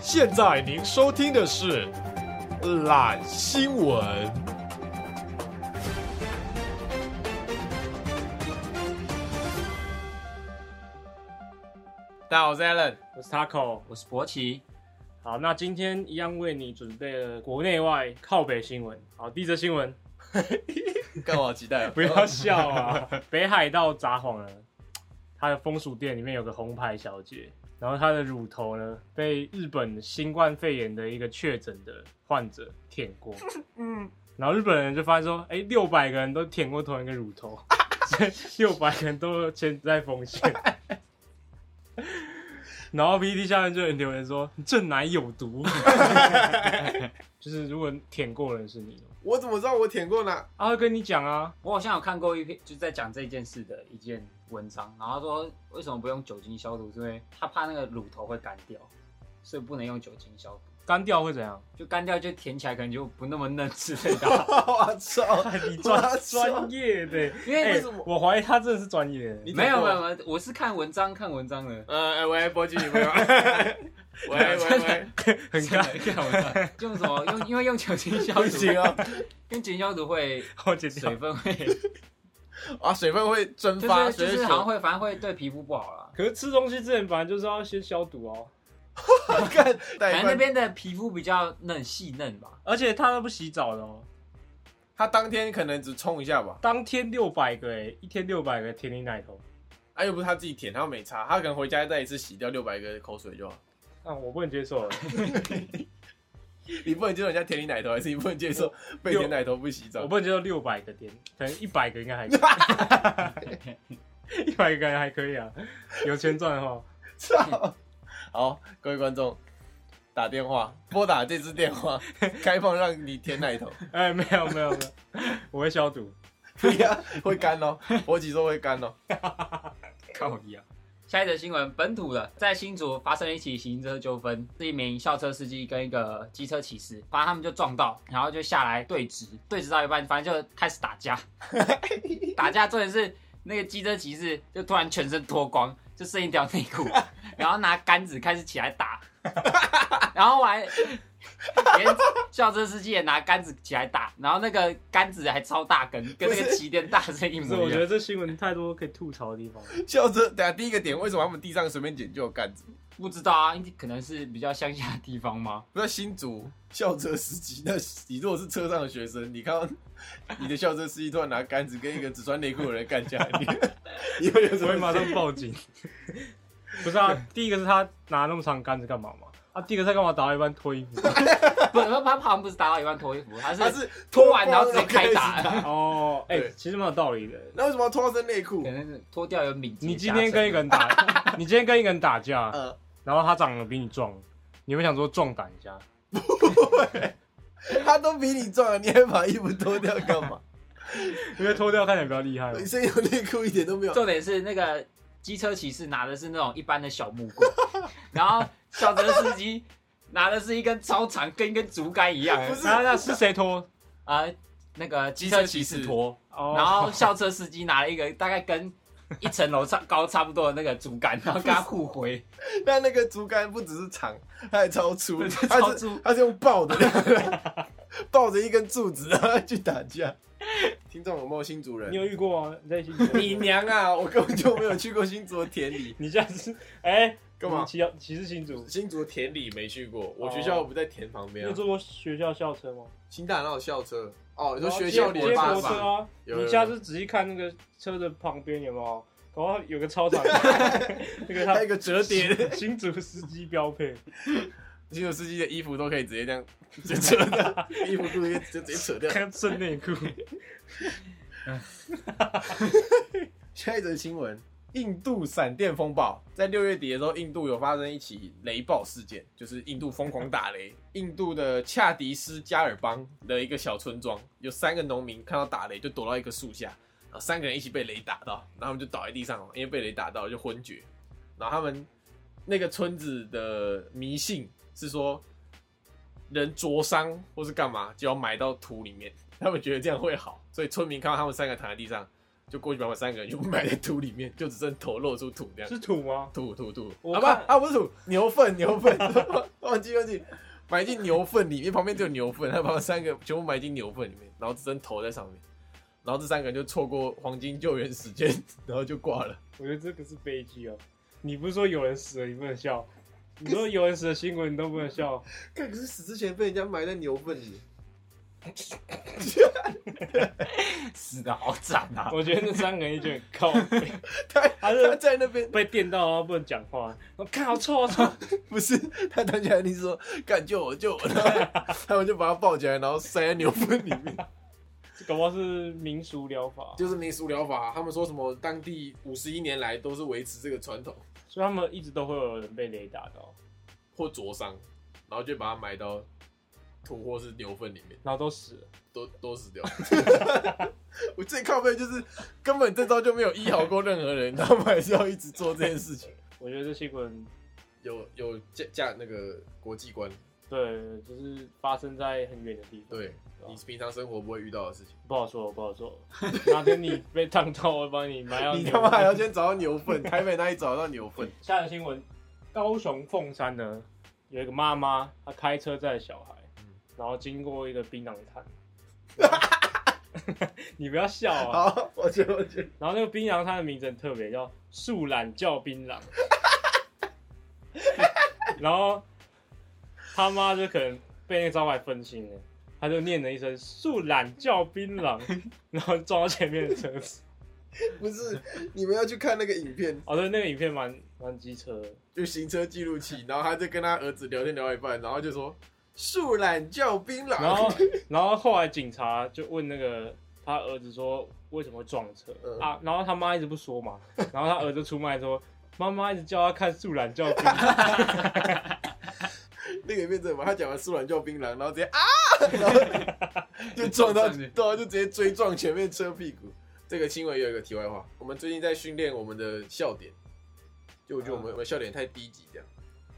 现在您收听的是懒新闻。大家好，我是 Alan。我是 Taco。我是博奇，好，那今天一样为你准备了国内外靠北新闻。好，第一则新闻，干我好期待、哦， 不要笑啊！ 北海道札幌呢，它的风俗店里面有个红牌小姐，然后她的乳头呢被日本新冠肺炎的一个确诊的患者舔过，嗯，然后日本人就发现说，哎、6六百个人都舔过同一个乳头，所以六百个人都有潜在风险。然后 PPT 下面就有人留言说：“这奶有毒。”就是如果舔过的人是你的话，我怎么知道我舔过呢？啊，会跟你讲啊，我好像有看过一篇就是在讲这件事的一件文章，然后他说为什么不用酒精消毒，是因为他怕那个乳头会干掉，所以不能用酒精消毒。干掉会怎样？就干掉就舔起来可能就不那么嫩之类的。我操！你 专哇塞专业的，因为哎为什么我怀疑他真的是专业的你。没有没舔有过没有，我是看文章看文章的，呃，喂，波吉，你 没有？喂喂 喂，很 干，用什么用？因为用酒精消不行毒，啊！跟酒精消毒会我剪掉水。分会，啊，水分会蒸就发，是所就以是水好像会反正会对皮肤不好啦。可是吃东西之前本来就是要先消毒哦， 干反带一正那半。边的皮肤比较嫩细 嫩吧，而且他都不洗澡的哦。他当天可能只冲一下吧，当天六百个哎，一天六百个舔你奶头，啊，又不是他自己舔，他没擦，他可能回家再一次洗掉六百个口水就好。啊，我不能接受了。你不能接受人家舔你奶头，还是你不能接受被舔奶头不洗澡？我不能接受六百个点，可能一百个应该还可以， 一百个应该还可以啊，有钱赚的话。操！好，各位观众，打电话拨打这支电话， 开放让你舔奶 头， 哎、没有没有没有，我会消毒。不要会干哦，我只说会干哦。靠一样。下一则新闻，本土的，在新竹发生了一起行车纠纷，是一名校车司机跟一个机车骑士，反正他们就撞到，然后就下来对峙，对峙到一半，反正就开始打 架，打架重点是那个机车骑士就突然全身脱光，就剩一条内 裤，然后拿杆子开始起来 打，然后还连校车司机也拿杆子起来打，然后那个杆子还超大根，跟那个起点大声一不是，模我一觉样得。这新闻太多可以吐槽的地方了。校车，等下第一个点，为什么他们地上随便捡就有杆子？不知道啊，可能是比较乡下的地方吗？ 不知道新竹校车司机，那你如果是车上的学生，你看到你的校车司机突然拿杆子跟一个只穿内裤的人干架，你 你会有什么我会马上报警。 不是啊，第一个是他拿那么长杆子干嘛嘛？啊，第一个是他干嘛打到一 半脱衣服？不，他他好像不是打到一半脱衣服，他是他是脱完然后直接开啊脱打，光然后开始哦，哎、对其实蛮有道理的。那为什么要脱上身内 裤可？能是脱掉有敏捷。你今天跟一个人 打，你今天跟一个人打架，呃，然后他长得比你壮，你会想说壮胆一下？他都比你壮了，啊你还把衣服脱掉干 嘛？因为脱掉看起来比较厉害嘛你。身有内裤一点都没有。重点是那个机车骑士拿的是那种一般的小木棍， 然后小车司机拿的是一根超长，跟一根竹竿一样不是那那是谁脱？啊、那个机车骑士脱，哦 然后校车司机拿了一个大概跟一层楼差高差不多的那个竹竿，然后跟他互挥，那那个竹竿不只是长，它还超粗，对它超是粗它是用抱的，抱着一根柱子然后去打架。听众有没有新主人 你？有遇过啊？你在新，你娘啊！我根本就没有去过新竹的田里 你下次哎干嘛啊你骑骑士新竹， 新竹的田里没去过，我哦学校不在田旁你边、有啊。坐过学校校车吗？清大那有校车哦，你说然后学校接里接巴驳士车啊？有有有你下次仔细看那个车的旁边有没有，搞不好有个 操场，那个还有他一个折叠的，新竹司机标配，新竹司机的衣服都可以直接这样 直接扯掉，衣服裤子就直接扯掉。看剩内裤。下一则新闻：印度闪电风暴。在六月底的时候，印度有发生一起雷暴事件，就是印度疯狂打雷。印度的恰迪斯加尔邦的一个小村庄，有三个农民看到打雷就躲到一棵树下，然后三个人一起被雷打到，然后他们就倒在地上，哦因为被雷打到就昏厥。然后他们那个村子的迷信是说，人灼伤或是干嘛就要埋到土里面，他们觉得这样会好，所以村民看到他们三个躺在地上。就过去把我们三个人就埋在土里面，就只剩头露出土这样是。土吗？土土土，我啊不看啊不是土，牛粪牛粪， 忘记忘记，埋进牛粪里面，旁边只有牛粪，他把我们三个全部埋进牛粪里面，然后只剩头在上面，然后这三个人就错过黄金救援时间，然后就挂了。我觉得这个是悲剧哦。你不是说有人死了你不能笑，你说有人死的新闻你都不能笑，看，可是死之前被人家埋在牛粪里，死的好惨啊！我觉得那三个人就很靠北，他他是他在那边 被电到然后不能讲话，我看好臭好臭，不是他当下一定是说干救我救我，然后 他们就把他抱起来，然后塞在牛粪里面，这搞不好是民俗疗法，就是民俗疗法。他们说什么当地五十一年来都是维持这个传统，所以他们一直都会有人被雷打到，或灼伤，然后就把它埋到土或是牛粪里面，然后都死了。都都死掉。 我最靠背就是根本这招就没有医好过任何人，他们还是要一直做这件事情。我觉得这新闻有有架架那个国际观，对，就是发生在很远的地方，对啊你平常生活不会遇到的事情。不好说，不 好说。哪天你被烫到，我把你埋到你牛他妈还要先找到牛粪，台北那里找到牛 粪，下一个新闻，高雄凤山呢有一个妈妈，她开车载小孩，嗯然后经过一个槟榔 摊，你不要笑啊！好，我觉得我觉得然后那个槟榔摊的名字很特别，叫树懒叫 槟榔，然后他妈就可能被那个招牌分心了。他就念了一声“树懒叫槟榔”， 然后撞到前面的车子。不是，你们要去看那个影片，哦，对，那个影片蛮蛮机车的。就行车记录器，然后他就跟他儿子聊天聊到一半，然后就说树懒叫槟榔，然后， 然后后来警察就问那个他儿子说为什么会撞车、嗯啊？然后他妈一直不说嘛， 然后他儿子出卖说妈妈一直叫他看《树懒教 兵》，那个影片怎么？他讲完树懒叫槟榔，然后直接啊，然后就撞到，对啊，就直接追撞前面车屁股。这个新闻也有一个题外话，我们最近在训练我们的笑点，就我觉得我们、我们笑点太低级，这样，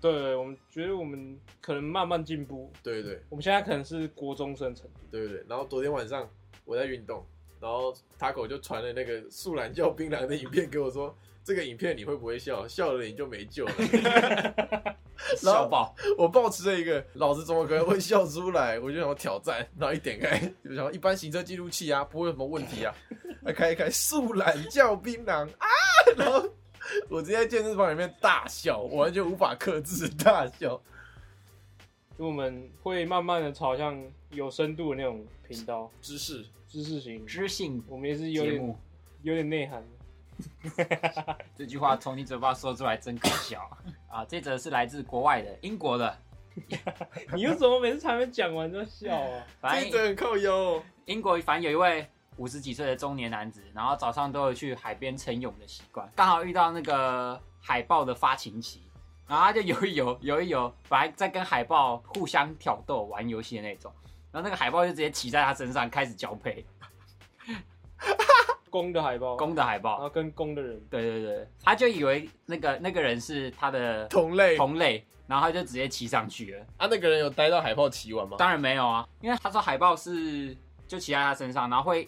对对，我们觉得我们可能慢慢进步，对对我们现在可能是国中生程度，对对对。然后昨天晚上我在运动，然后 Taco 就传了那个树懒叫槟榔的影片给我说，这个影片你会不会笑？笑了你就没救了。然后小宝，我抱持着一个老子怎么可能会笑出来，我就想要挑战，然后一点开，就想要一般行车记录器啊，不会有什么问 题啊，来开一开，树懒叫槟榔啊， 然后我直接在健身房里面大笑，我完全无法克制的大笑。就我们会慢慢的朝向有深度的那种频道，知识知识型，知性我们也是有节点目，有点内涵。这句话从你嘴巴说出来真可笑啊！这则是来自国外的英国的，你又怎么每次还没讲完就笑 啊？反这一整正很靠腰哦，英国反正有一位五十几岁的中年男子，然后早上都有去海边晨泳的习惯，刚好遇到那个海豹的发情期，然后他就游一游，游一游，本来在跟海豹互相挑逗玩游戏的那种，然后那个海豹就直接骑在他身上开始交配，公的海报，公的海然豹，后跟公的人，对对对，他就以为那个那个人是他的同类同类，然后他就直接骑上去了。啊，那个人有待到海豹骑完吗？ 当然没有啊，因为他说海豹是就骑在他身上，然后会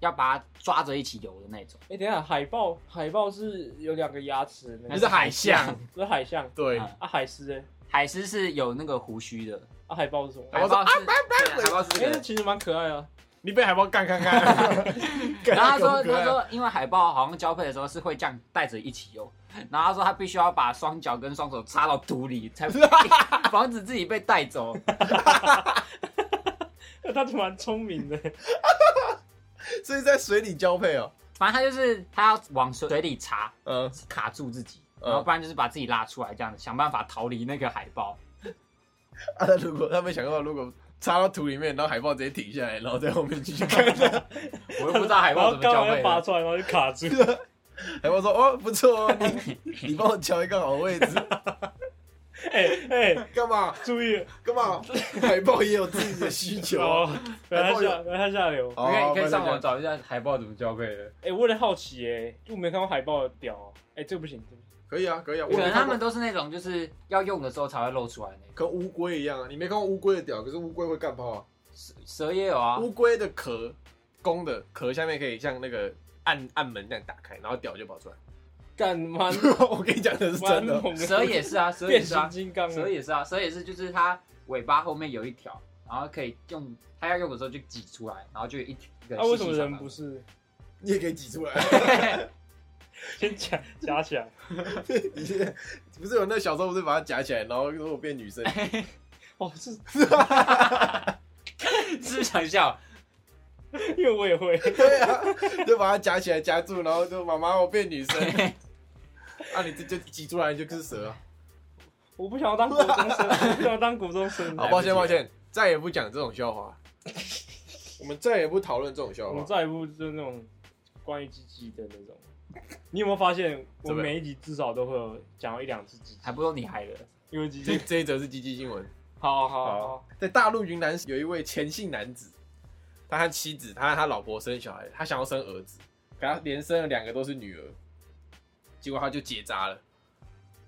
要把它抓着一起游的那种。哎、等一下，海豹，海豹是有两个牙齿的那那个，是海 象，不是海象对，啊啊，海狮哎、海狮是有那个胡须的，啊，海豹是什么？海豹豹是对海豹是哎、这那个。其实蛮可爱的、啊， 你被海豹干看看。哎干然后他说，狗哥啊他说，因为海豹好像交配的时候是会这样带着一起游，然后他说他必须要把双脚跟双手插到土里，才 防止自己被带走。它就蛮聪明的。所以在水里交配哦，反正他就是他要往水水里插，嗯，卡住自己，嗯然后不然就是把自己拉出来，这样子想办法逃离那个海豹。啊，他如果他没想到，如果插到土里面，然后海豹直接停下来，然后在后面继续看。 我又不知道海然豹后怎么刚好交配要拔的。出来，然后就卡住。海豹说：“哦，不错哦， 你你帮我瞧一个好位置。哎哎、”干嘛？注意干 嘛？海豹也有自己的需求哦哦啊。，不要太下，不要太下流。好你可以你可拜以拜上网找一下海豹怎么交配的。哎、我有点好奇哎、就没看过海豹的屌啊、哎、这个不行，这个不行。可以啊，可以啊。我可能没他看过们都是那种就是要用的时候才会露出来的那种。跟乌龟一样啊，你没看过乌龟的屌，可是乌龟会干炮啊。蛇也有啊，乌龟的壳，公的壳下面可以像那个按按门这样打开，然后屌就跑出来。 干 蛮我跟你讲，这是真蛮的。猛的，蛇也是 啊，蛇也变是啊形，金刚，蛇也是啊，蛇也是，就是它尾巴后面有一条，然后可以用它要用的时候就挤出来，然后就有一一个啊，为什么人不是？是你也可以挤出来。 啊先夹夹起来？你现在不是有那小时候不是把它夹起来，然后如果变 女生，哦，是 是不是想笑？因为我也会， 对啊，就把它夹起来夹住，然后就妈妈我变女生， 啊你这就挤出来你就是蛇啊。我不想要当国中生， 我不想要当国中生。好，来抱不及歉了抱歉，再也不讲这种 笑话。我们再也不讨论这种笑我们话。再一部就是那种关于鸡鸡的那种。你有没有发现，我怎么样每一集至少都会有讲到一两次鸡鸡，还不如你害的。因为鸡这鸡。这一则是鸡鸡新闻。好好 好好，在大陆云南有一位前姓男子，他和妻子，他和他老婆生小孩，他想要生儿子，可他连生了两个都是女儿，结果他就结扎了，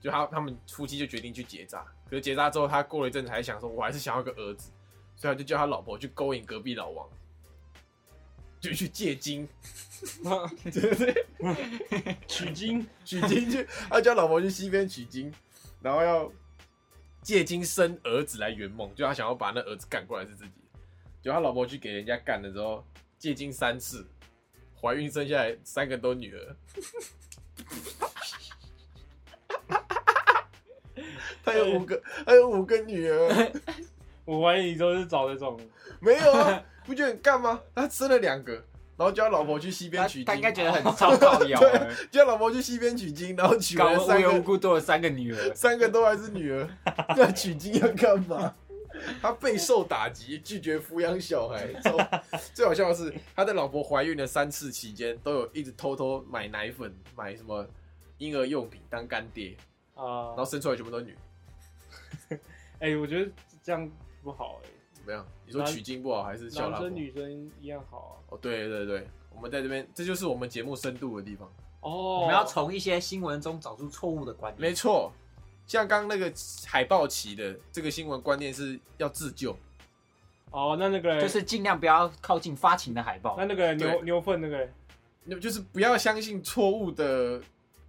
就他他们夫妻就决定去结扎。可是结扎之后，他过了一阵子还想说，我还是想要个儿子，所以他就叫他老婆去勾引隔壁老王，就去借精，对不对？取经取经去， 他叫老婆去西边取经，然后要借精生儿子来圆梦，就他想要把那儿子干过来是自己。就他老婆去给人家干了之后，借精三次，怀孕生下来三个都女 儿。他有五个，他有五个女儿，我怀疑你都是找这种，没有啊？不觉得很干吗？他生了两个，然后叫他老婆去西边他取他经应，该觉得很糟 糕，咬了，叫他老婆去西边取经，然后取搞完得无三个缘无故多了三个女儿。三个都还是女 儿，那取经要干嘛？他备受打击，拒绝抚养小 孩。超最好笑的是，他的老婆怀孕的三次期间，都有一直偷偷买奶粉、买什么婴儿用品当干爹，啊然，后生出来全部都女。哎、我觉得这样不好哎、怎么样？你说取经不好还是笑男他不好生？女生一样好啊哦，对对对，我们在这边，这就是我们节目深度的地方。啊。哦，我们要从一些新闻中找出错误的观没点。错，像刚刚那个海豹旗的这个新闻观念是要自救，哦，那那个人就是尽量不要靠近发情的海豹那。那个人牛对牛粪那个人，那就是不要相信错误的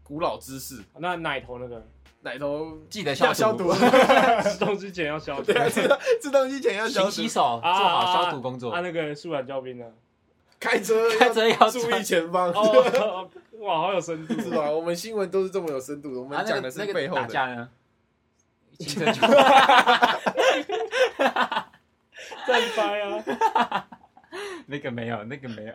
古老知识。那奶头那个人，奶头记得要消消 毒，吃东西前要消毒。对啊，吃东吃东西前要消勤毒洗，手，做啊好消毒工啊， 作。那个素染教兵呢？开车开车要注意前方，哦，哇，好有深度。 哦是哦吧？我们新闻都是这么有深度的，我啊们，那讲个的那是个背后打 的。架呢？行 政就再掰啊！那个没有，那个没有。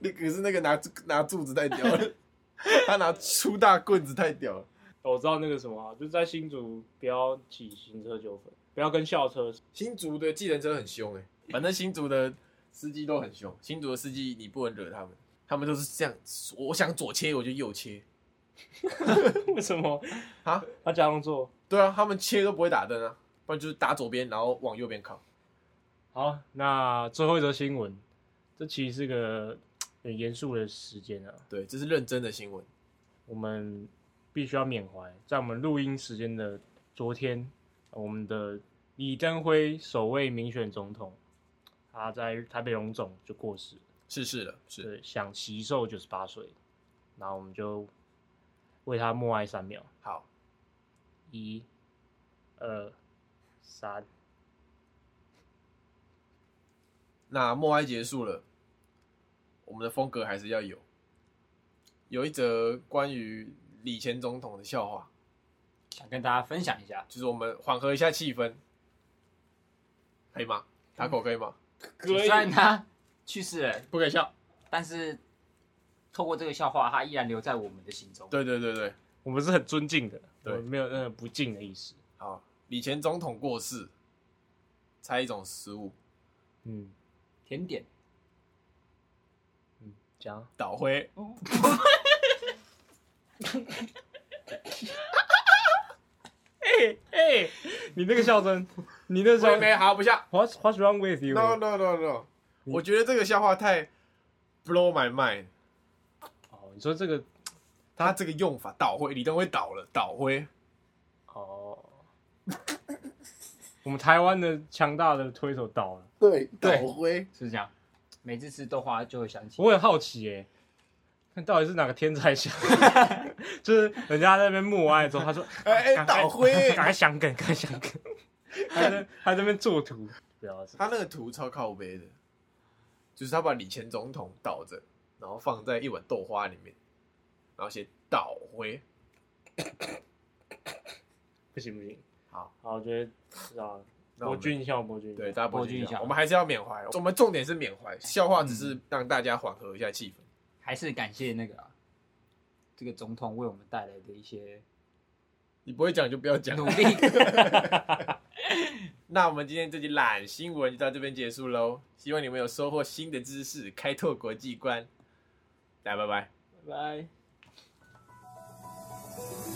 那可是那个拿拿柱子太屌了， 他拿粗大棍子太屌了。我知道那个什么啊，就是在新竹不要起行车纠纷，不要跟校车。 新竹的计程车很凶哎、反正新竹的司机都很凶，新竹的司机你不能惹他们，他们都是这样，我想左切我就右切为什么啊， 他假装做？对啊，他们切都不会打灯啊，不然就是打左边然后往右边靠。好，那最后一则新闻，这其实是个很严肃的时间啊，对，这是认真的新闻。我们必须要缅怀，在我们录音时间的昨天，我们的李登辉首位民选总统，他在台北荣总就过世了，是是的，是对，享其寿九十八岁，然后我们就为他默哀三秒，好，一、二、三，那默哀结束了，我们的风格还是要有。有一则关于李前总统的笑话，想跟大家分享一下，就是我们缓和一下气氛，可以吗？打狗可以吗？可虽然他去世了，不可以笑。但是透过这个笑话，他依然留在我们的心中。对对对对，我们是很尊敬的，对我们没有任何不敬的意思。好。李前总统过世，猜一种食物，嗯，甜点 讲倒灰。哎、你那个笑声， 你那个笑没声没好不笑。 ，What's What's wrong with you？ No no no no，我觉得这个笑话太 blow my mind。哦，你说这个他这个用法倒灰，李登辉倒了，倒灰。哦， 我们台湾的强大的推手倒了，对，对倒灰。是不是这样，每次吃豆花就会想起。我很好奇哎、看到底是哪个天才想？ 就是人家在那边默哀的时候，他说哎哎，赶快倒灰，赶快想梗，赶快想梗， 还在还在那边作图，不要他那个图超靠背的，就是他把李前总统倒着，然后放在一碗豆花里面，然后写倒灰。不行不行，好，好，我觉得啊，那我博们君一笑，博君一笑 对，大家博君一博君一笑，笑我们还是要缅怀，我们重点是缅怀，笑话只嗯是让大家缓和一下气氛。还是感谢那个啊、这个总统为我们带来的一些你不会讲就不要讲努。 力。那我们今天这集懒新闻就到这边结束喽，希望你们有收获新的知识，开拓国际观。大家拜拜。拜拜。